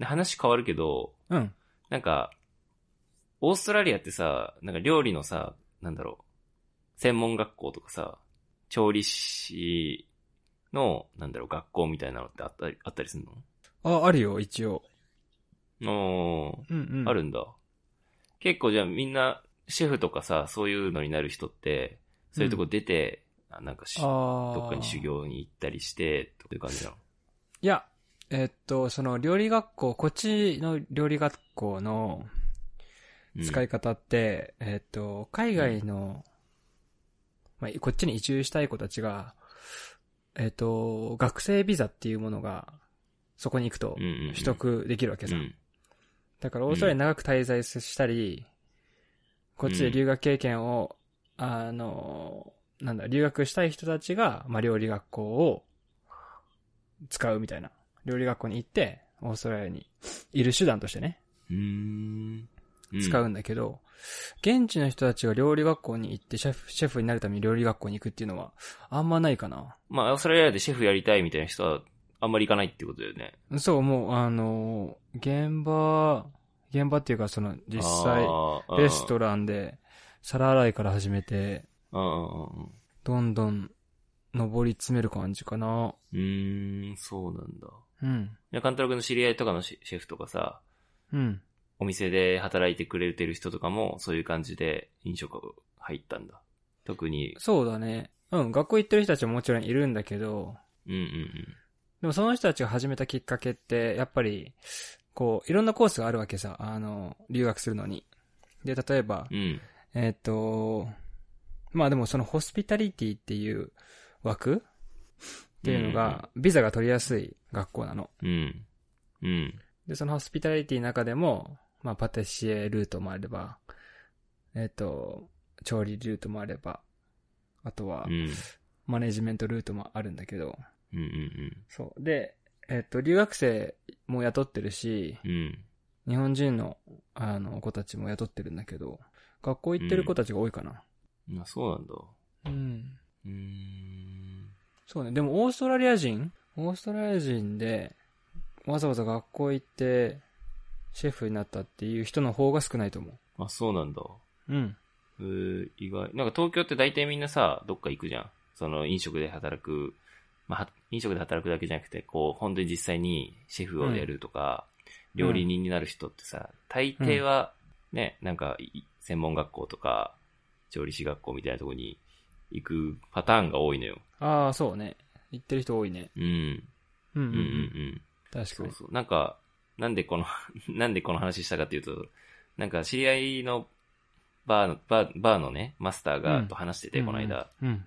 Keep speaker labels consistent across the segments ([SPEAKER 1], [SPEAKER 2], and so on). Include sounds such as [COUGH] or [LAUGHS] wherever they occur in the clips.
[SPEAKER 1] 話変わるけど、
[SPEAKER 2] うん。
[SPEAKER 1] なんか、オーストラリアってさ、なんか料理のさ、なんだろう、専門学校とかさ、調理師の、なんだろう、学校みたいなのってあったり、あったりする
[SPEAKER 2] あ、あるよ、一応。
[SPEAKER 1] のおー、
[SPEAKER 2] うんうん。
[SPEAKER 1] あ。るんだ。結構じゃあみんな、シェフとかさ、そういうのになる人って、そういうとこ出て、あなんかし、ど
[SPEAKER 2] あー
[SPEAKER 1] っかに修。行に行ったりして、という感じなの。
[SPEAKER 2] いや、えっと、その料理学校、こっちの料理学校の
[SPEAKER 1] うん
[SPEAKER 2] 使い方って、えっと、海外の、まあ、こっちに移住したい子たちが、えっと、学生ビザっていうものが、そこに行くと
[SPEAKER 1] うんうんうん
[SPEAKER 2] 取得できるわけ
[SPEAKER 1] う
[SPEAKER 2] さ。
[SPEAKER 1] ん。
[SPEAKER 2] だからオーストラリアに長く滞在したり、こっちで留学経験を、あの、なんだ、留学したい人たちが、まあ、料理学校を使うみたいな。料理学校に行って、オーストラリアにいる手段としてね、
[SPEAKER 1] うーん。
[SPEAKER 2] 使うんだけど、現地の人たちが料理学校に行ってシェフ、シェフになるために料理学校に行くっていうのは、あんまないかな。
[SPEAKER 1] まあ、オーストラリアでシェフやりたいみたいな人は、あんまり行かないってことだよね。
[SPEAKER 2] そう、もう、あの、現場、現場っていうか、その、実際、
[SPEAKER 1] あー
[SPEAKER 2] レストランで、皿洗いから始めて、
[SPEAKER 1] うんうんうん
[SPEAKER 2] どんどん上り詰める感じかな。
[SPEAKER 1] うーん、そうなんだ。
[SPEAKER 2] うん。
[SPEAKER 1] いや、カントラ君の知り合いとかのシシェフとかさ、
[SPEAKER 2] うん。
[SPEAKER 1] お店で働いてくれてる人とかも、そういう感じで飲食入ったんだ。特に、
[SPEAKER 2] そうだね。うん、学校行ってる人たちももちろんいるんだけど、
[SPEAKER 1] うんうん
[SPEAKER 2] でもその人たちが始めたきっかけって、やっぱり、こう、いろんなコースがあるわけさ。あの、留学するのに。で、例えば
[SPEAKER 1] う、ん。うん。
[SPEAKER 2] えーっ、と、まあでもそのホスピタリティっていう枠っていうのが、ビザが取りやすい学校なの。
[SPEAKER 1] うん。うん。
[SPEAKER 2] で、そのホスピタリティの中でも、まあ、パティシエルートもあれば、えっ、と、調理ルートもあれば、あとは
[SPEAKER 1] うん。う、ん。
[SPEAKER 2] マネジメントルートもあるんだけど、
[SPEAKER 1] うん。うん
[SPEAKER 2] そう。で、えっ、と、留学生も雇ってるし、
[SPEAKER 1] うん。うん。
[SPEAKER 2] 日本人の、あの、子たちも雇ってるんだけど、学校行ってる子たちが多いかな。
[SPEAKER 1] まあ、そうなんだ。
[SPEAKER 2] うん。
[SPEAKER 1] うーん。
[SPEAKER 2] そうね。でも、オーストラリア人オーストラリア人で、わざわざ学校行って、シェフになったっていう人の方が少ないと思
[SPEAKER 1] あ、そうなんだ。
[SPEAKER 2] う。うん。
[SPEAKER 1] えー意外。なんか東京って大体みんなさ、どっか行くじゃん。その飲食で働く、まあ、は飲食で働くだけじゃなくて、こう、本当に実際にシェフをやるとか、
[SPEAKER 2] ん
[SPEAKER 1] 料理人になる人ってさ、大抵はね、なんかい、専門学校とか、調理師学校みたいなとこに行くパターンが多いのよ。
[SPEAKER 2] ああ、そうね。行ってる人多いね。
[SPEAKER 1] うん。
[SPEAKER 2] うんう
[SPEAKER 1] うんんうんうん。
[SPEAKER 2] 確か
[SPEAKER 1] そう
[SPEAKER 2] に。
[SPEAKER 1] そう。なんか、なんでこの、 [LAUGHS] なんでこの話したかっていうと、なんか知り合いのバーの、バーバーのね、マスターが、
[SPEAKER 2] うん
[SPEAKER 1] と話してて、この間。。
[SPEAKER 2] うん。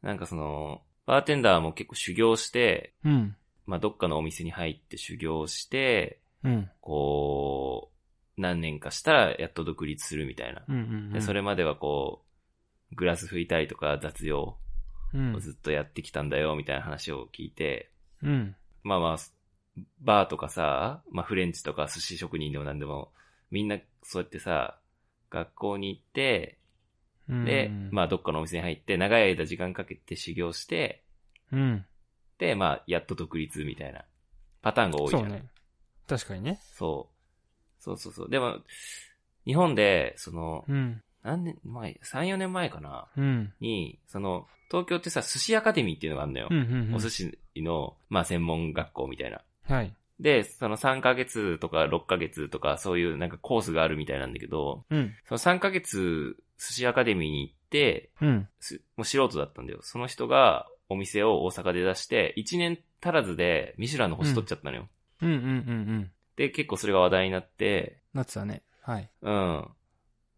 [SPEAKER 1] なんかその、バーテンダーも結構修行して、
[SPEAKER 2] うん。
[SPEAKER 1] まあ、どっかのお店に入って修行して、
[SPEAKER 2] うん。
[SPEAKER 1] こう、何年かしたらやっと独立するみたいな。
[SPEAKER 2] うんうん。
[SPEAKER 1] でそ
[SPEAKER 2] れ、
[SPEAKER 1] れまではこう、グラス拭いたりとか雑用
[SPEAKER 2] うん
[SPEAKER 1] を。ずっとやってきたんだよみたいな話を聞いて、
[SPEAKER 2] うん。
[SPEAKER 1] まあまあ、バーとかさ、まあフレンチとか寿司職人でも何でも、みんなそうやってさ、学校に行って、で、まあどっかのお店に入って、長い間時間かけて修行して、
[SPEAKER 2] あ、うん。
[SPEAKER 1] で、まあ、やっと独立みたいなパターンが多いじゃ
[SPEAKER 2] そ
[SPEAKER 1] ん。
[SPEAKER 2] うね。確かにね。
[SPEAKER 1] そう。そうそうそう。でも、日本で、その、
[SPEAKER 2] うん。
[SPEAKER 1] 何年前、3、4年前かな
[SPEAKER 2] うん。
[SPEAKER 1] に、その、東京ってさ、寿司アカデミーっていうのがあるのよ。
[SPEAKER 2] うんうんうん。
[SPEAKER 1] お寿司の、まあ、専門学校みたいな。
[SPEAKER 2] はい。
[SPEAKER 1] で、その3ヶ月とか6ヶ月とか、そういうなんかコースがあるみたいなんだけど、
[SPEAKER 2] うん。
[SPEAKER 1] その3ヶ月、寿司アカデミーに行って、
[SPEAKER 2] うん。
[SPEAKER 1] すもう素人だったんだよ。その人がお店を大阪で出して、1年足らずでミシュランの星取っちゃったのよ。
[SPEAKER 2] うんうんうんうん。
[SPEAKER 1] で、結構それが話題になって、
[SPEAKER 2] 夏だね。はい。
[SPEAKER 1] うん。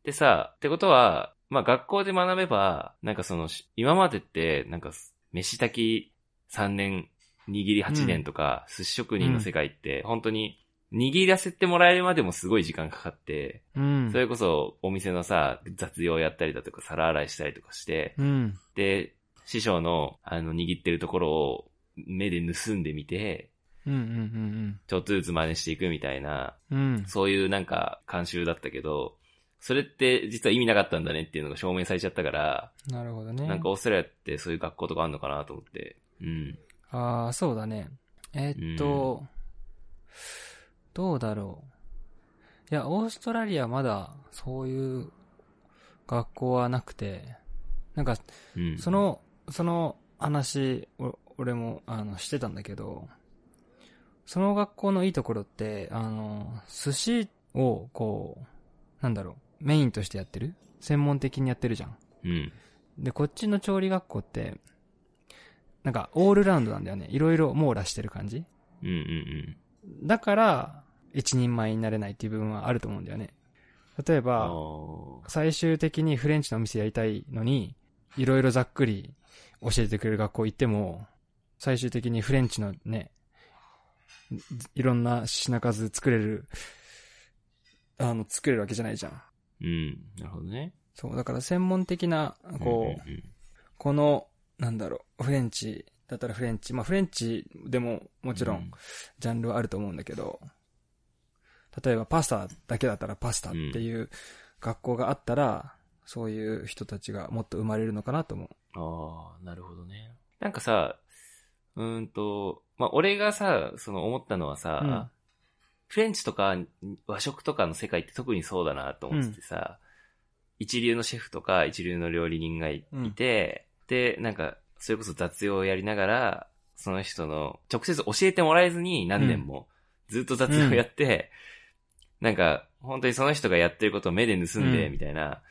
[SPEAKER 1] でさ、ってことは、まあ学校で学べば、なんかその、し今までって、なんか、飯炊き3年、握り8年とか、寿司職人の世界って、本当に、握らせてもらえるまでもすごい時間かかって、
[SPEAKER 2] うん。
[SPEAKER 1] それこそお店のさ、雑用やったりだとか、皿洗いしたりとかして、
[SPEAKER 2] うん。
[SPEAKER 1] で、師匠の、あの、握ってるところを、目で盗んでみて、
[SPEAKER 2] うんうんうん
[SPEAKER 1] ちょっとずつ真似していくみたいな、
[SPEAKER 2] うん。うん。
[SPEAKER 1] そういうなんか慣習だったけど、それって実は意味なかったんだねっていうのが証明されちゃったから、
[SPEAKER 2] なるほどね。
[SPEAKER 1] なんかオーストラリアってそういう学校とかあるのかなと思って。うん。
[SPEAKER 2] ああ、そうだね。えーっと、どうだろう。いや、オーストラリアまだそういう学校はなくて、なんか、
[SPEAKER 1] うん。
[SPEAKER 2] そ、の、その話、お俺も、あの、してたんだけど、その学校のいいところって、あの、寿司を、こう、なんだろう、メインとしてやってる専門的にやってるじゃん。
[SPEAKER 1] うん。
[SPEAKER 2] で、こっちの調理学校って、なんか、オールラウンドなんだよね。いろいろ網羅してる感じ。
[SPEAKER 1] うんうん
[SPEAKER 2] だから、一人前になれないっていう部分はあると思うんだよね。例え
[SPEAKER 1] うん。あ
[SPEAKER 2] ば、
[SPEAKER 1] ー
[SPEAKER 2] 最終的にフレンチのお店やりたいのに、いろいろざっくり教えてくれる学校行っても、最終的にフレンチのね、いろんな品数作れる、あの、作れるわけじゃないじゃん。
[SPEAKER 1] うん。なるほどね。
[SPEAKER 2] そう、だから専門的な、こう、
[SPEAKER 1] うんうんうん
[SPEAKER 2] この、なんだろう、フレンチだったらフレンチ、まあフレンチでももちろん、ジャンルはあると思うんだけど、例えばパスタだけだったらパスタっていう学校があったら、そういう人たちがもっと生まれるのかなと思う。
[SPEAKER 1] ああ、なるほどね。なんかさ、うーんと、まあ、俺がさ、その思ったのはさ、
[SPEAKER 2] うん
[SPEAKER 1] フレンチとか和食とかの世界って特にそうだなと思っててさ、一流のシェフとか一流の料理人がい
[SPEAKER 2] うん
[SPEAKER 1] いて、で、なんか、それこそ雑用をやりながら、その人の、直接教えてもらえずに何年も、ずっと雑用をやって、なんか、本当にその人がやってることを目で盗んで、
[SPEAKER 2] うん
[SPEAKER 1] みたいな、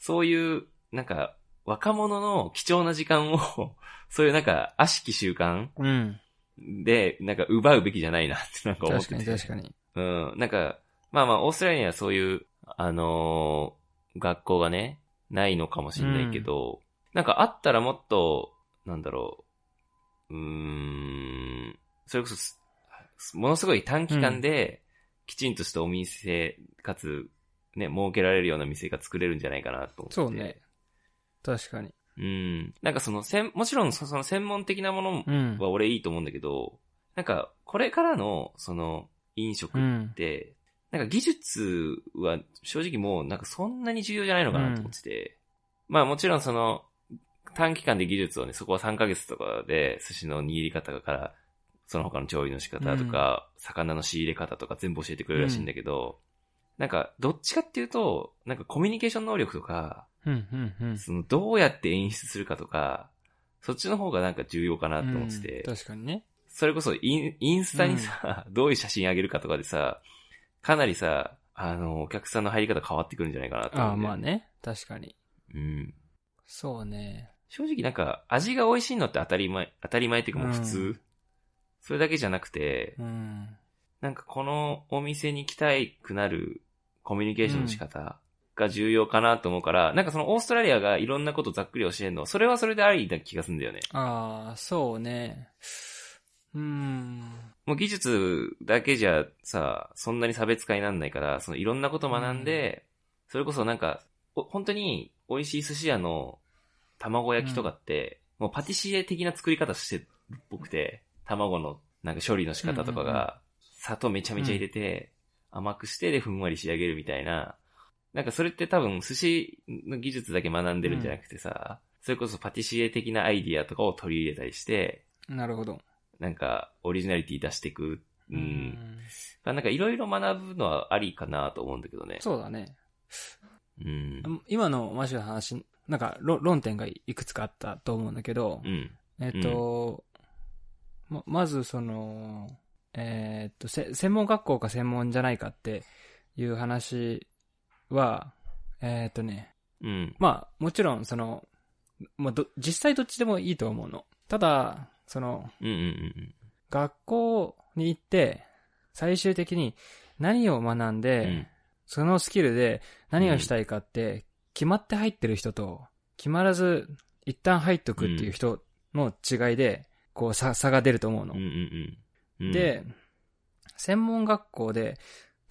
[SPEAKER 1] そういう、なんか、若者の貴重な時間を、 [LAUGHS] そういうなんか、悪しき習慣
[SPEAKER 2] うん。
[SPEAKER 1] で、なんか、奪うべきじゃないなってなんか思っ
[SPEAKER 2] 確
[SPEAKER 1] て
[SPEAKER 2] かに
[SPEAKER 1] て。
[SPEAKER 2] 確かに。
[SPEAKER 1] うん。なんか、まあまあ、オーストラリアにはそういう、あのー学校がね、ないのかもしれないけど、なんかあったらもっと、なんだろう、うーん、それこそす、ものすごい短期間で、きちんとしたお店、かつ、ね、設けられるような店が作れるんじゃないかなと思って。
[SPEAKER 2] そうね。。確かに。
[SPEAKER 1] うん。なんかその、せん、もちろんそその専門的なものも
[SPEAKER 2] うん。
[SPEAKER 1] は俺いいと思うんだけど、なんか、これからの、その、飲食って、なんか技術は正直もうなんかそんなに重要じゃないのかなと思ってて、まあもちろんその、短期間で技術をね、そこは3ヶ月とかで寿司の握り方から、その他の調理の仕方とか、魚の仕入れ方とか全部教えてくれるらしいんだけど、なんか、どっちかっていうと、なんかコミュニケーション能力とか、
[SPEAKER 2] うん、うん、うん。
[SPEAKER 1] その、どうやって演出するかとか、そっちの方がなんか重要かなと思ってて、
[SPEAKER 2] うん確かにね。
[SPEAKER 1] それこそイン、インスタにさ、どういう写真あげるかとかでさ、かなりさ、あの、お客さんの入り方変わってくるんじゃないかなと思
[SPEAKER 2] あ
[SPEAKER 1] う
[SPEAKER 2] あ、
[SPEAKER 1] んで。
[SPEAKER 2] まあね。確かに。
[SPEAKER 1] うん。
[SPEAKER 2] そうね。
[SPEAKER 1] 正直なんか、味が美味しいのって当たり前、当たり前っていうかもう普通。
[SPEAKER 2] うん
[SPEAKER 1] それだけじゃなくて、
[SPEAKER 2] うん。
[SPEAKER 1] なんかこのお店に来たいくなるコミュニケーションの仕方が重要かなと思うから、なんかそのオーストラリアがいろんなことざっくり教えるの、それはそれでありな気がするんだよね。
[SPEAKER 2] ああ、そうね。うん。
[SPEAKER 1] もう技術だけじゃさ、そんなに差別化になんないから、そのいろんなこと学んで、それこそなんか、お本当に美味しい寿司屋の卵焼きとかって、もうパティシエ的な作り方してるっぽくて、卵のなんか処理の仕方とか
[SPEAKER 2] うんうんうん
[SPEAKER 1] が、砂糖めちゃめちゃ入れて、甘くしてでふんわり仕上げるみたいな、なんかそれって多分寿司の技術だけ学んでるんじゃなくてさ、それこそパティシエ的なアイディアとかを取り入れたりして、
[SPEAKER 2] なるほど。
[SPEAKER 1] なんか、オリジナリティ出していく。うん。なんか、いろいろ学ぶのはありかなと思うんだけどね。
[SPEAKER 2] そうだね。
[SPEAKER 1] うん。
[SPEAKER 2] 今のマシュの話、なんか論論点がいくつかあったと思うんだけど、
[SPEAKER 1] うん。
[SPEAKER 2] えっ、と、ま、まずその、えっ、とせ、専門学校か専門じゃないかっていう話は、えっ、とね、
[SPEAKER 1] うん。
[SPEAKER 2] まあ、もちろんその、まあ、ど、実際どっちでもいいと思うの。ただ、その、
[SPEAKER 1] うんうんうん
[SPEAKER 2] 学校に行って、最終的に何を学ん
[SPEAKER 1] う
[SPEAKER 2] で、
[SPEAKER 1] ん。うん。
[SPEAKER 2] そのスキルで何をしたいかって、決まって入ってる人と、決まらず一旦入っとくっていう人の違いで、こう差差が出ると思うの
[SPEAKER 1] うんう。んうん。うん、
[SPEAKER 2] で、専門学校で、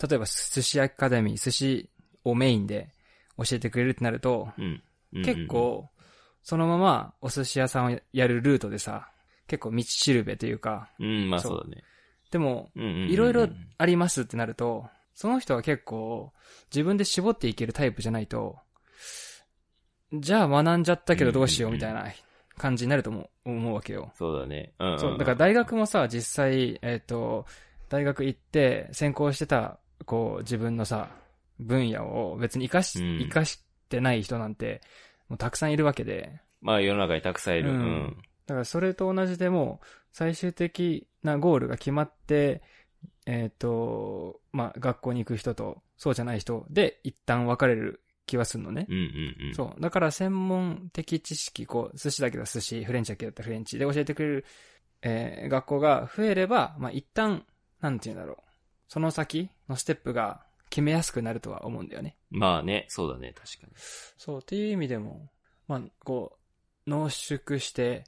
[SPEAKER 2] 例えば寿司アカデミー、寿司をメインで教えてくれるってなると、
[SPEAKER 1] うん、うんうん
[SPEAKER 2] 結、構、そのままお寿司屋さんをやるルートでさ、結構道しるべというか、
[SPEAKER 1] うん、まあ
[SPEAKER 2] そ
[SPEAKER 1] そううだね。
[SPEAKER 2] でも、
[SPEAKER 1] うんうんうん。
[SPEAKER 2] いろいろありますってなると、その人は結構自分で絞っていけるタイプじゃないと、じゃあ学んじゃったけどどうしようみたいな感じになると思う思うわけよ。
[SPEAKER 1] そうだね。うんうんうん。
[SPEAKER 2] そう、だから大学もさ、実際、えっ、と、大学行って専攻してた、こう、自分のさ、分野を別に生かし、
[SPEAKER 1] うん
[SPEAKER 2] 生かしてない人なんて、もうたくさんいるわけで、
[SPEAKER 1] まあ世の中にたくさんいる。う
[SPEAKER 2] うん
[SPEAKER 1] ん。
[SPEAKER 2] だからそれと同じでもう、最終的なゴールが決まって、えっ、と、まあ、学校に行く人と、そうじゃない人で、一旦分かれる気はするのね
[SPEAKER 1] うん。うんうん。
[SPEAKER 2] そう。だから専門的知識、こう、寿司だけど寿司、フレンチだけだったらフレンチで教えてくれる、えー学校が増えれば、まあ、一旦、なんて言うんだろう。その先のステップが決めやすくなるとは思うんだよね。
[SPEAKER 1] まあね、そうだね、確かに。
[SPEAKER 2] そう、っていう意味でも、まあ、こう、濃縮して、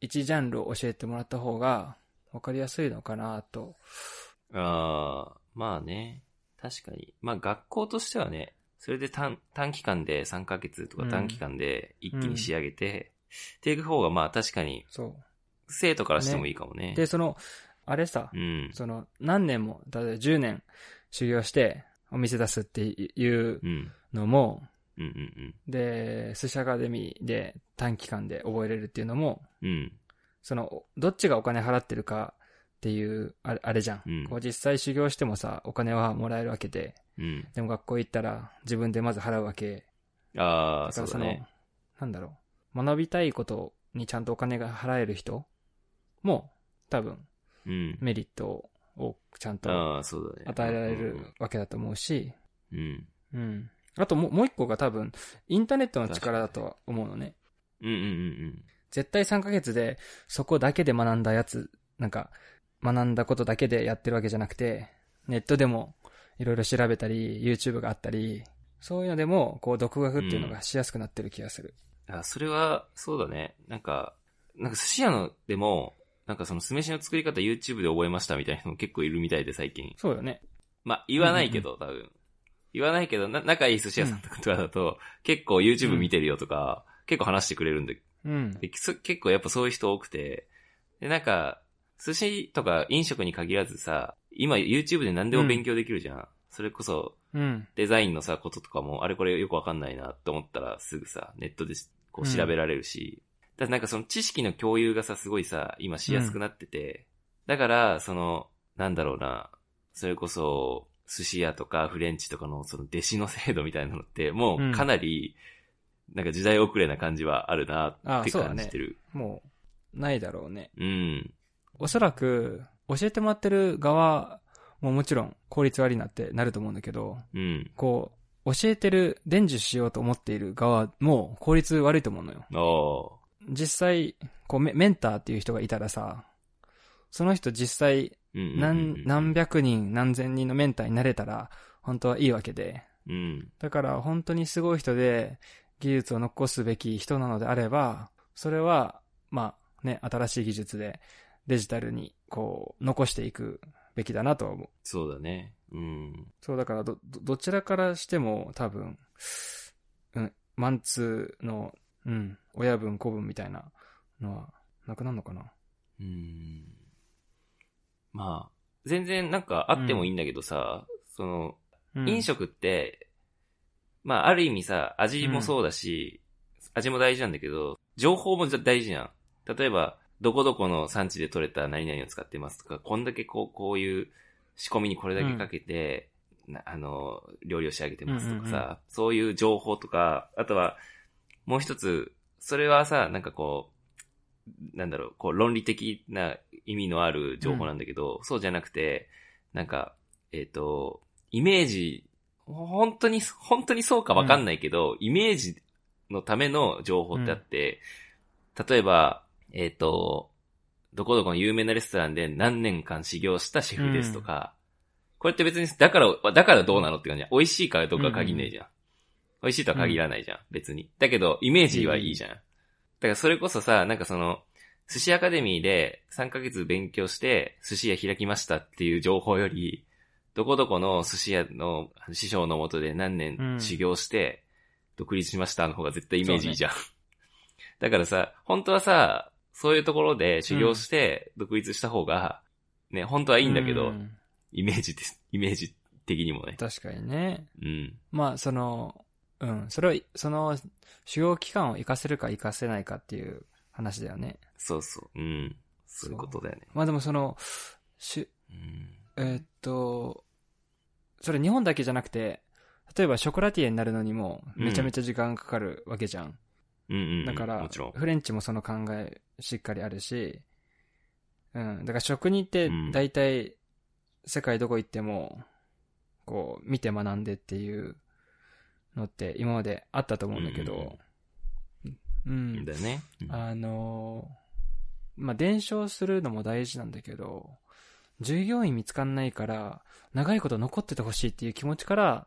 [SPEAKER 2] 一ジャンルを教えてもらった方が、わかりやすいのかなと。
[SPEAKER 1] ああ、まあね。確かに。まあ学校としてはね、それで短短期間で3ヶ月とか
[SPEAKER 2] うん
[SPEAKER 1] 短期間で一気に仕上げて、っていく方がまあ確かに
[SPEAKER 2] そ
[SPEAKER 1] 生徒からしてもいいかも
[SPEAKER 2] う。
[SPEAKER 1] ね。
[SPEAKER 2] で、その、あれさ、
[SPEAKER 1] うん。
[SPEAKER 2] その、何年も、例えば10年修行して、お店出すっていう
[SPEAKER 1] うん。
[SPEAKER 2] のも、
[SPEAKER 1] うんうん
[SPEAKER 2] で、寿司アカデミーで短期間で覚えれるっていうのも、
[SPEAKER 1] うん。うん。
[SPEAKER 2] その、どっちがお金払ってるかっていう、あれあれじゃん。
[SPEAKER 1] うん
[SPEAKER 2] こう実際修行してもさ、お金はもらえるわけで、
[SPEAKER 1] うん。
[SPEAKER 2] でも学校行ったら自分でまず払うわけ。
[SPEAKER 1] ああ、
[SPEAKER 2] だか
[SPEAKER 1] そ
[SPEAKER 2] ら
[SPEAKER 1] う
[SPEAKER 2] そ
[SPEAKER 1] だ
[SPEAKER 2] の、
[SPEAKER 1] ね。
[SPEAKER 2] なんだろう。学びたいことにちゃんとお金が払える人も、多分、
[SPEAKER 1] うん。
[SPEAKER 2] メリットをちゃんと
[SPEAKER 1] ああ、そうだね。
[SPEAKER 2] 与えられるわけだと思うし、
[SPEAKER 1] うん。うん。
[SPEAKER 2] うん。あともうもう一個が多分、インターネットの力だとは思うのね。
[SPEAKER 1] うんうんうん
[SPEAKER 2] 絶対3ヶ月でそこだけで学んだやつ、なんか、学んだことだけでやってるわけじゃなくて、ネットでもいろいろ調べたり、YouTube があったり、そういうのでも、こう、独学っていうのがしやすくなってる気がする。
[SPEAKER 1] うん。あそれは、そうだね。なんか、なんか寿司屋のでも、なんかその酢飯の作り方 YouTube で覚えましたみたいな人も結構いるみたいで最近。
[SPEAKER 2] そうよね。
[SPEAKER 1] まあ、言わないけど、多分。言わないけど、な仲いい寿司屋さんとかだと、結構 YouTube 見てるよとか、結構話してくれるんで、
[SPEAKER 2] うん。
[SPEAKER 1] でそ結構やっぱそういう人多くて、で、なんか、寿司とか飲食に限らずさ、今 YouTube で何でも勉強できるじゃん。それこそ、
[SPEAKER 2] うん。
[SPEAKER 1] デザインのさ、こととかも、あれこれよくわかんないなって思ったら、すぐさ、ネットでしこう調べられるし、だからなんかその知識の共有がさ、すごいさ、今しやすくなってて、だから、その、なんだろうな、それこそ、寿司屋とかフレンチとかのその弟子の制度みたいなのって、もうかなり、なんか時代遅れな感じはあるなって
[SPEAKER 2] あそうだ
[SPEAKER 1] 感
[SPEAKER 2] ね
[SPEAKER 1] じてる。
[SPEAKER 2] もう、ないだろうね。
[SPEAKER 1] うん。
[SPEAKER 2] おそらく、教えてもらってる側ももちろん効率悪いなってなると思うんだけど、
[SPEAKER 1] うん。
[SPEAKER 2] こう、教えてる、伝授しようと思っている側も効率悪いと思うのよ。
[SPEAKER 1] おー
[SPEAKER 2] 実際、こうメ、メンターっていう人がいたらさ、その人実際
[SPEAKER 1] うんうんうん
[SPEAKER 2] 何、
[SPEAKER 1] うん。
[SPEAKER 2] 何百人、何千人のメンターになれたら、本当はいいわけで。
[SPEAKER 1] うん。
[SPEAKER 2] だから本当にすごい人で、技術を残すべき人なのであれば、それは、まあね、新しい技術でデジタルにこう、残していくべきだなとは思う。
[SPEAKER 1] そうだね。うん。
[SPEAKER 2] そう、だからど、ど、どちらからしても多分、うん、マンツーの、うん、親分、子分みたいなのは、なくなるのかな
[SPEAKER 1] うーんまあ、全然なんかあってもいいんだけどさ、その、
[SPEAKER 2] うん
[SPEAKER 1] 飲食って、まあある意味さ、味もそうだし、味も大事なんだけど、情報も大事じゃん。例えば、どこどこの産地で採れた何々を使ってますとか、こんだけこう、こういう仕込みにこれだけかけて、なあの、料理を仕上げてますとかさ、
[SPEAKER 2] うんうんう
[SPEAKER 1] そういう情報とか、あとは、もう一つ、それはさ、なんかこう、なんだろう、こう論理的な意味のある情報なんだけど、そうじゃなくて、なんか、えっ、と、イメージ、ほ本当に、本当にそうかわかんないけど、イメージのための情報ってあって、例えば、えっ、と、どこどこの有名なレストランで何年間修行したシェフですとか、これって別に、だから、だからどうなのって感じじゃん。美味しいかどうかは限んないじゃん。美味しいとは限らないじゃん、別に。だけど、イメージはいいじゃん。だからそれこそさ、なんかその、寿司アカデミーで3ヶ月勉強して寿司屋開きましたっていう情報より、どこどこの寿司屋の師匠のもとで何
[SPEAKER 2] う
[SPEAKER 1] 年
[SPEAKER 2] ん
[SPEAKER 1] 修行して独立しましたの方が絶対イメージいいじゃん。だからさ、本当はさ、そういうところで修行して独立した方が、ね、本当はいいんだけど、
[SPEAKER 2] うん
[SPEAKER 1] イメージです、イメージ的にもね。
[SPEAKER 2] 確かにね。
[SPEAKER 1] うん。
[SPEAKER 2] まあ、その、うん、それを、その、修行期間を活かせるか活かせないかっていう話だよね。
[SPEAKER 1] そうそう。うん。そういうことだよね。
[SPEAKER 2] まあでもその、しゅ、
[SPEAKER 1] うん。
[SPEAKER 2] えーっと、それ日本だけじゃなくて、例えばショコラティエになるのにもめちゃめちゃ時間かかるわけじゃん。
[SPEAKER 1] うんうんうん。
[SPEAKER 2] だから、
[SPEAKER 1] もちろん。
[SPEAKER 2] フレンチもその考えしっかりあるし、うん、だから職人って
[SPEAKER 1] うん
[SPEAKER 2] 大体世界どこ行っても、こう見て学んでっていうのって今まであったと思うんだけど、うん、
[SPEAKER 1] だよね。うん
[SPEAKER 2] あのーまあ、伝承するのも大事なんだけど、従業員見つかんないから、長いこと残っててほしいっていう気持ちから、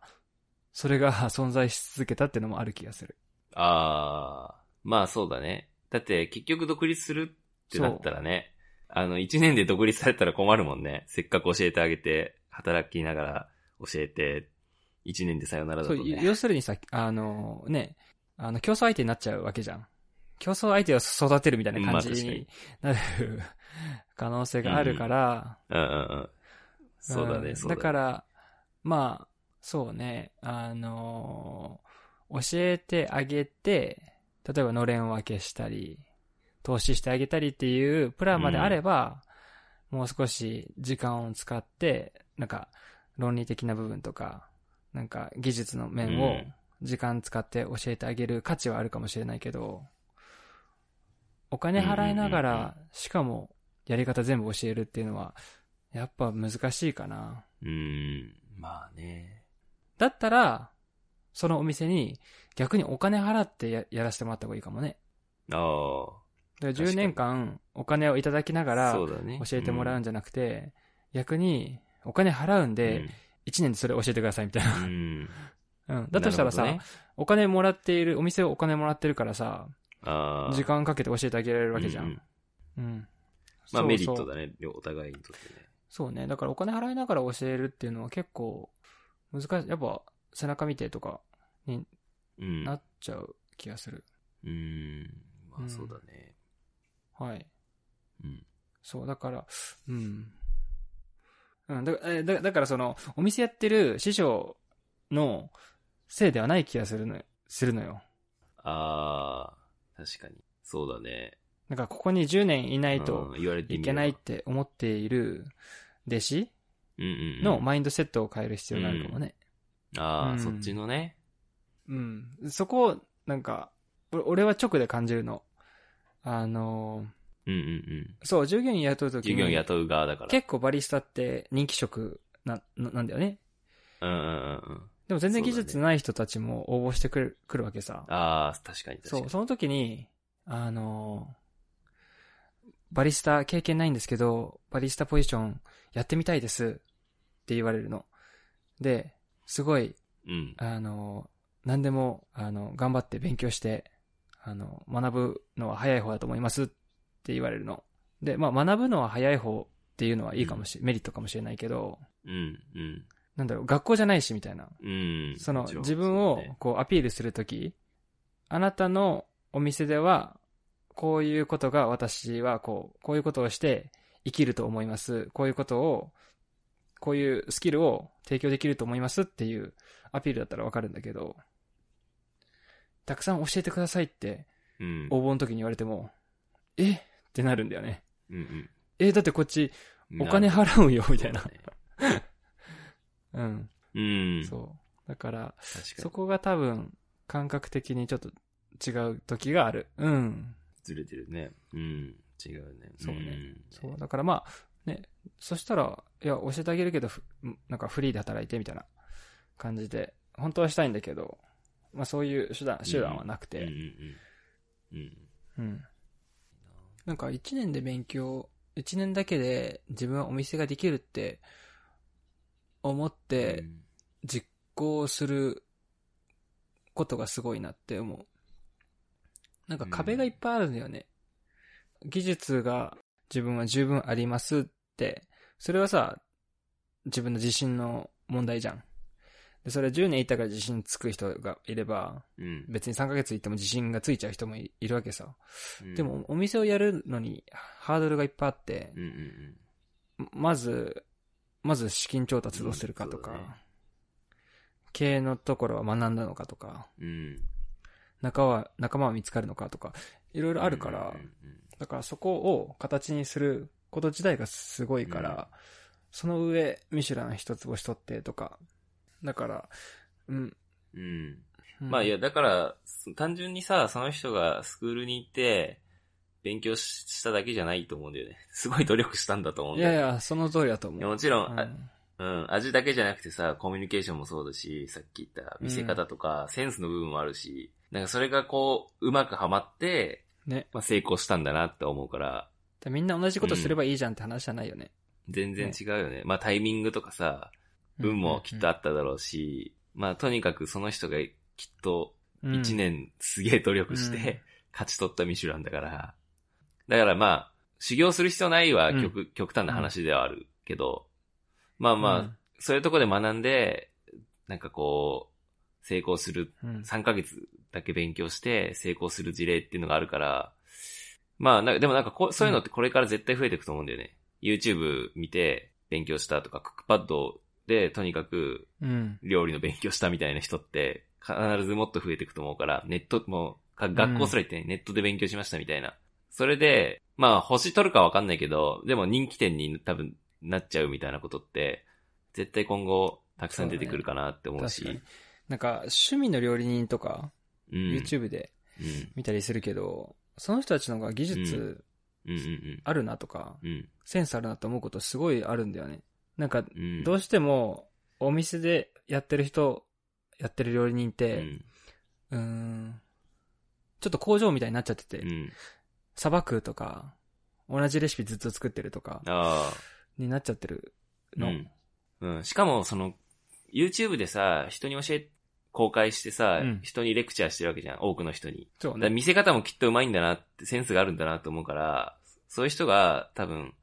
[SPEAKER 2] それが [LAUGHS] 存在し続けたっていうのもある気がする。
[SPEAKER 1] ああ、まあそうだね。だって結局独立するってなったらね、あの一年で独立されたら困るもんね。せっかく教えてあげて、働きながら教えて、一年でさよならだ
[SPEAKER 2] そ
[SPEAKER 1] と
[SPEAKER 2] う、
[SPEAKER 1] ね。
[SPEAKER 2] 要するにさ、あのね、あの、競争相手になっちゃうわけじゃん。競争相手を育てるみたいな感じ
[SPEAKER 1] まあ確か
[SPEAKER 2] に
[SPEAKER 1] に
[SPEAKER 2] なる [LAUGHS] 可能性があるから、
[SPEAKER 1] うんうんうん。そうだ
[SPEAKER 2] う
[SPEAKER 1] ね、
[SPEAKER 2] ん
[SPEAKER 1] そうだね。
[SPEAKER 2] か、ら、まあ、そうね、あのー教えてあげて、例えばのれん分けしたり、投資してあげたりっていうプランまであれば、もう少し時間を使って、なんか、論理的な部分とか、なんか技術の面
[SPEAKER 1] う
[SPEAKER 2] を
[SPEAKER 1] ん
[SPEAKER 2] 時間使って教えてあげる価値はあるかもしれないけど、お金払い
[SPEAKER 1] う
[SPEAKER 2] なが
[SPEAKER 1] んうんうん
[SPEAKER 2] ら、しかもやり方全部教えるっていうのは、やっぱ難しいかな。
[SPEAKER 1] うん、まあね。
[SPEAKER 2] だったら、そのお店に逆にお金払ってややらせてもらった方がいいかもね。
[SPEAKER 1] あ
[SPEAKER 2] だから
[SPEAKER 1] 確かに
[SPEAKER 2] 10年間お金をいただきなが
[SPEAKER 1] あ、
[SPEAKER 2] ら
[SPEAKER 1] そうだね。
[SPEAKER 2] 教えてもらうんんじゃなくて、逆にお金払うんで、1年でそれ教えてくださいみたい
[SPEAKER 1] うん、う
[SPEAKER 2] な。
[SPEAKER 1] ん。 [LAUGHS]
[SPEAKER 2] うん、だとしたらさ、
[SPEAKER 1] なるほどね
[SPEAKER 2] お金もらっている、お店をお金もらってるからさ、
[SPEAKER 1] ああ、
[SPEAKER 2] 時間かけて教えてあげられるわけじゃ。
[SPEAKER 1] うん
[SPEAKER 2] うん。
[SPEAKER 1] まあメリッ
[SPEAKER 2] そ
[SPEAKER 1] ト
[SPEAKER 2] うそう
[SPEAKER 1] だね、お互いにとってね。
[SPEAKER 2] そうね。だからお金払いながら教えるっていうのは結構難しい。やっぱ背中見てとかに
[SPEAKER 1] うん。
[SPEAKER 2] なっちゃう気がする。
[SPEAKER 1] うん、ま
[SPEAKER 2] う
[SPEAKER 1] あ
[SPEAKER 2] ん
[SPEAKER 1] そうだね。
[SPEAKER 2] はい。
[SPEAKER 1] うん。
[SPEAKER 2] そう、だから、うん。うん、だえだだからその、お店やってる師匠のせいではない気がするのよするのよ。
[SPEAKER 1] ああ、確かに。そうだね。
[SPEAKER 2] なんかここに10年いないと
[SPEAKER 1] うん言われてみれ
[SPEAKER 2] い
[SPEAKER 1] ば
[SPEAKER 2] けないっ。て思っている弟子
[SPEAKER 1] うんうんうん、
[SPEAKER 2] のマインドセットを変える必要があるかもね。
[SPEAKER 1] ああ、
[SPEAKER 2] うん
[SPEAKER 1] そっちのね。
[SPEAKER 2] うん。そこを、なんか、俺俺は直で感じるの。あの
[SPEAKER 1] うんうんうん。
[SPEAKER 2] ー、そう、従業員雇うとき
[SPEAKER 1] 授業員
[SPEAKER 2] に、
[SPEAKER 1] 雇う側だから。
[SPEAKER 2] 結構バリスタって人気職な、ななんだよね。
[SPEAKER 1] うんうんうんうん。
[SPEAKER 2] でも全然技
[SPEAKER 1] そ
[SPEAKER 2] 術
[SPEAKER 1] う
[SPEAKER 2] ない人たちも応募してくるくるわけさ。
[SPEAKER 1] ああ、確かに確か
[SPEAKER 2] そ
[SPEAKER 1] に。
[SPEAKER 2] う、その時に、あのーバリスタ経験ないんですけど、バリスタポジションやってみたいですって言われるの。で、すごい、
[SPEAKER 1] うん。
[SPEAKER 2] あの、何でも、あの、頑張って勉強して、あの、学ぶのは早い方だと思いますって言われるの。で、まあ、学ぶのは早い方っていうのはいいかもし、メリットかもしれないけど、
[SPEAKER 1] うんうん。
[SPEAKER 2] なんだろう、学校じゃないしみたいな。
[SPEAKER 1] うん。
[SPEAKER 2] そ
[SPEAKER 1] も
[SPEAKER 2] の、
[SPEAKER 1] ちろん
[SPEAKER 2] 自分
[SPEAKER 1] そう
[SPEAKER 2] を
[SPEAKER 1] だね
[SPEAKER 2] こうアピールするとき、あなたのお店では、こういうことが私はこう、こういうことをして生きると思います。こういうことを、こういうスキルを提供できると思いますっていうアピールだったらわかるんだけど、たくさん教えてくださいって
[SPEAKER 1] うん。
[SPEAKER 2] 応募の時に言われても、えってなるんだよね。
[SPEAKER 1] うん
[SPEAKER 2] え、だってこっち
[SPEAKER 1] うん。
[SPEAKER 2] お金
[SPEAKER 1] なる
[SPEAKER 2] 払うよ
[SPEAKER 1] ほ
[SPEAKER 2] み
[SPEAKER 1] ど
[SPEAKER 2] たいな
[SPEAKER 1] そ。うだね
[SPEAKER 2] うん、
[SPEAKER 1] うん。
[SPEAKER 2] そう。だから、
[SPEAKER 1] 確か
[SPEAKER 2] そ
[SPEAKER 1] に。
[SPEAKER 2] こが多分、感覚的にちょっと違う時がある。うん。
[SPEAKER 1] ずれてるね。うん。違うね。
[SPEAKER 2] そうね
[SPEAKER 1] ん
[SPEAKER 2] そう。だからまあ、ね、そしたら、いや、教えてあげるけど、ふなんかフリーで働いてみたいな感じで、本当はしたいんだけど、まあそういう手段、手段はなく
[SPEAKER 1] うんう
[SPEAKER 2] て、
[SPEAKER 1] んうん。うん。
[SPEAKER 2] うん。なんか一年で勉強、一年だけで自分はお店ができるって思って
[SPEAKER 1] うん
[SPEAKER 2] 実行することがすごいなって思う。なんか壁がいっぱいあるんだよね。技術が自分は十分ありますって、それはさ、自分の自信の問題じゃん。で、それ10年いたから自信つく人がいれば、
[SPEAKER 1] うん。
[SPEAKER 2] 別に3ヶ月行っても自信がついちゃう人もいいるわけさ。でも、お店をやるのにハードルがいっぱいあって
[SPEAKER 1] う、んうんうん。
[SPEAKER 2] まず、まず資金調達どうするかとか、
[SPEAKER 1] うんそうだね
[SPEAKER 2] 経営のところは学んだのかとか、
[SPEAKER 1] うん。
[SPEAKER 2] 仲は、仲間は見つかるのかとか、いろいろあるか
[SPEAKER 1] うんう
[SPEAKER 2] ら、
[SPEAKER 1] んうん
[SPEAKER 2] だからそこを形にすること自体がすごいから、その上、ミシュラン一つ星取ってとか。だから、うん。
[SPEAKER 1] うん。
[SPEAKER 2] うん
[SPEAKER 1] まあいや、だから、す単純にさ、その人がスクールに行って、勉強ししただけじゃないと思うんだよね。 [LAUGHS] すごい努力したんだと思うん
[SPEAKER 2] い
[SPEAKER 1] だよ
[SPEAKER 2] や
[SPEAKER 1] ね。
[SPEAKER 2] いや、その通りだと思。
[SPEAKER 1] いうやもちろん、
[SPEAKER 2] う
[SPEAKER 1] あ
[SPEAKER 2] ん
[SPEAKER 1] うん、味だけじゃなくてさ、コミュニケーションもそうだし、さっき言った見せ方とか、センスの部分もあるし、なんかそれがこう、うまくはまって、
[SPEAKER 2] ね。
[SPEAKER 1] まあ成功したんだなって思うから、
[SPEAKER 2] でみんな同じことすればいいじゃんって話じゃないよね。
[SPEAKER 1] 全然違うよね。まあタイミングとかさ、運もきっとあっただろうし、まあとにかくその人がきっと
[SPEAKER 2] うん、
[SPEAKER 1] 一年すげえ努力して、
[SPEAKER 2] うん
[SPEAKER 1] 勝ち取ったミシュランだから。だからまあ、修行する必要ないは
[SPEAKER 2] うん
[SPEAKER 1] 極,、極端な話ではあるけど、まあまあ、そういうとこで学んで、なんかこう、成功する、
[SPEAKER 2] うん、うん
[SPEAKER 1] 3ヶ月だけ勉強して成功する事例っていうのがあるから、まあな、でもなんかこうそういうのってこれから絶対増えていくと思うんだよね。YouTube 見て勉強したとか、クックパッドでとにかく
[SPEAKER 2] うん。
[SPEAKER 1] 料理の勉強したみたいな人って、必ずもっと増えていくと思うから、ネットも、か学校すら行ってねネットで勉強しましたみたいな。それで、まあ、星取るかわかんないけど、でも人気店に多分なっちゃうみたいなことって、絶対今後、たくさん出てくるかなって思うし。
[SPEAKER 2] 確かに。なんか、趣味の料理人とか、
[SPEAKER 1] うん。
[SPEAKER 2] YouTube で
[SPEAKER 1] うん。
[SPEAKER 2] 見たりするけど、その人たちの方が技術
[SPEAKER 1] うんうん
[SPEAKER 2] あるなとか、
[SPEAKER 1] うん。うん。
[SPEAKER 2] センスあるなと思うことすごいあるんだよね。なんか、
[SPEAKER 1] うん。
[SPEAKER 2] どうしても、お店でやってる人、やってる料理人っ
[SPEAKER 1] う
[SPEAKER 2] て、
[SPEAKER 1] ん。
[SPEAKER 2] うーん、ちょっと工場みたいになっちゃってて
[SPEAKER 1] う、ん。
[SPEAKER 2] さばくとか、同じレシピずっと作ってるとか、
[SPEAKER 1] ああ。
[SPEAKER 2] になっちゃってる
[SPEAKER 1] う
[SPEAKER 2] の。
[SPEAKER 1] ん。うん。しかも、その、YouTube でさ、人に教え、公開してさ、
[SPEAKER 2] うん
[SPEAKER 1] 人にレクチャーしてるわけじゃん。多くの人に。
[SPEAKER 2] そう
[SPEAKER 1] だから
[SPEAKER 2] ね。
[SPEAKER 1] 見せ方もきっと上手いんだなって、センスがあるんだなと思うから、そういう人が多分、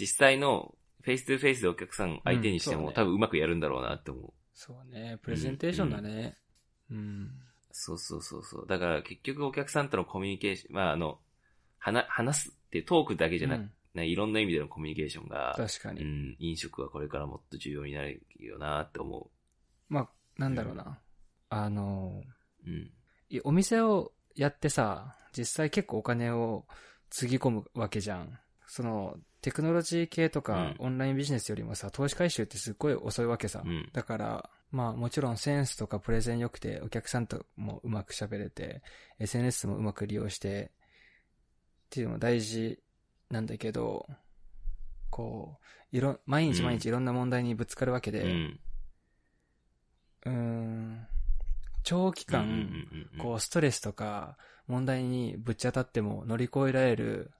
[SPEAKER 1] 実際のフェイス2フェイスでお客さん相手にして
[SPEAKER 2] うん
[SPEAKER 1] も、
[SPEAKER 2] そうね
[SPEAKER 1] 多分うまくやるんだろうなって思う。
[SPEAKER 2] そうね。プレゼンテーションだね。うん。
[SPEAKER 1] そうそうそうそう。だから結局お客さんとのコミュニケーション、まああの、話、話すっていうトークだけじゃなく、
[SPEAKER 2] うん
[SPEAKER 1] ないいろんな意味でのコミュニケーションが、
[SPEAKER 2] 確か
[SPEAKER 1] う
[SPEAKER 2] に。
[SPEAKER 1] ん、飲食はこれからもっと重要になるよなって思
[SPEAKER 2] まあ、なんだろうな。あの、
[SPEAKER 1] う。うん。
[SPEAKER 2] いお店をやってさ、実際結構お金をつぎ込むわけじゃん。その、テクノロジー系とか、
[SPEAKER 1] う
[SPEAKER 2] オンラインビジネスよりもさ、投資回収ってすっごい遅いわけさ。
[SPEAKER 1] うん
[SPEAKER 2] だから、まあもちろんセンスとかプレゼン良くて、お客さんともうまく喋れて、SNS もうまく利用して、っていうのも大事なんだけど、こう、いろん、毎日毎日いろんな問題にぶつかるわけ
[SPEAKER 1] う
[SPEAKER 2] で、
[SPEAKER 1] ん。
[SPEAKER 2] うーん長期
[SPEAKER 1] うんうん
[SPEAKER 2] 間、
[SPEAKER 1] うんうん
[SPEAKER 2] こう、ストレスとか、問題にぶち当たっても乗り越えられる、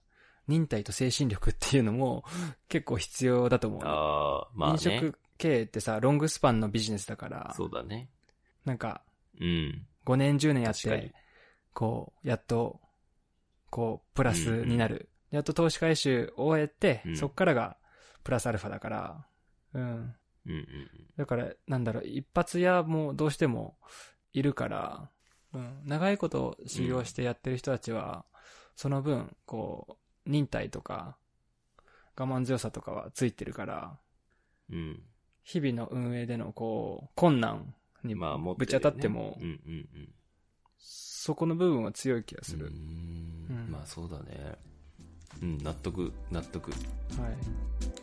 [SPEAKER 2] 忍耐と精神力っていうのも、 [LAUGHS] 結構必要だと思うの。
[SPEAKER 1] ああ、まあね。
[SPEAKER 2] 飲食経営ってさ、ロングスパンのビジネスだから、
[SPEAKER 1] そうだね。
[SPEAKER 2] なんか、
[SPEAKER 1] うん。
[SPEAKER 2] 5年、10年やっ
[SPEAKER 1] 確かに
[SPEAKER 2] て、こう、やっと、こう、プラスになる。やっと投資回収を終えて、
[SPEAKER 1] うん
[SPEAKER 2] そっからが、プラスアルファだから、うん。
[SPEAKER 1] うんうん
[SPEAKER 2] だから、なんだろう、一発屋もどうしてもいるから、うん、長いこと修行してやってる人たちは、その分、こう、忍耐とか、我慢強さとかはついてるから、
[SPEAKER 1] うん。うん。
[SPEAKER 2] 日々の運営での、こう、困難に
[SPEAKER 1] まあ、も
[SPEAKER 2] ぶち当たっても、
[SPEAKER 1] うんうんうん。
[SPEAKER 2] そこの部分は強い気がす
[SPEAKER 1] う
[SPEAKER 2] る。
[SPEAKER 1] ん
[SPEAKER 2] うん
[SPEAKER 1] まあそうだね。うん、納得、納得。
[SPEAKER 2] はい。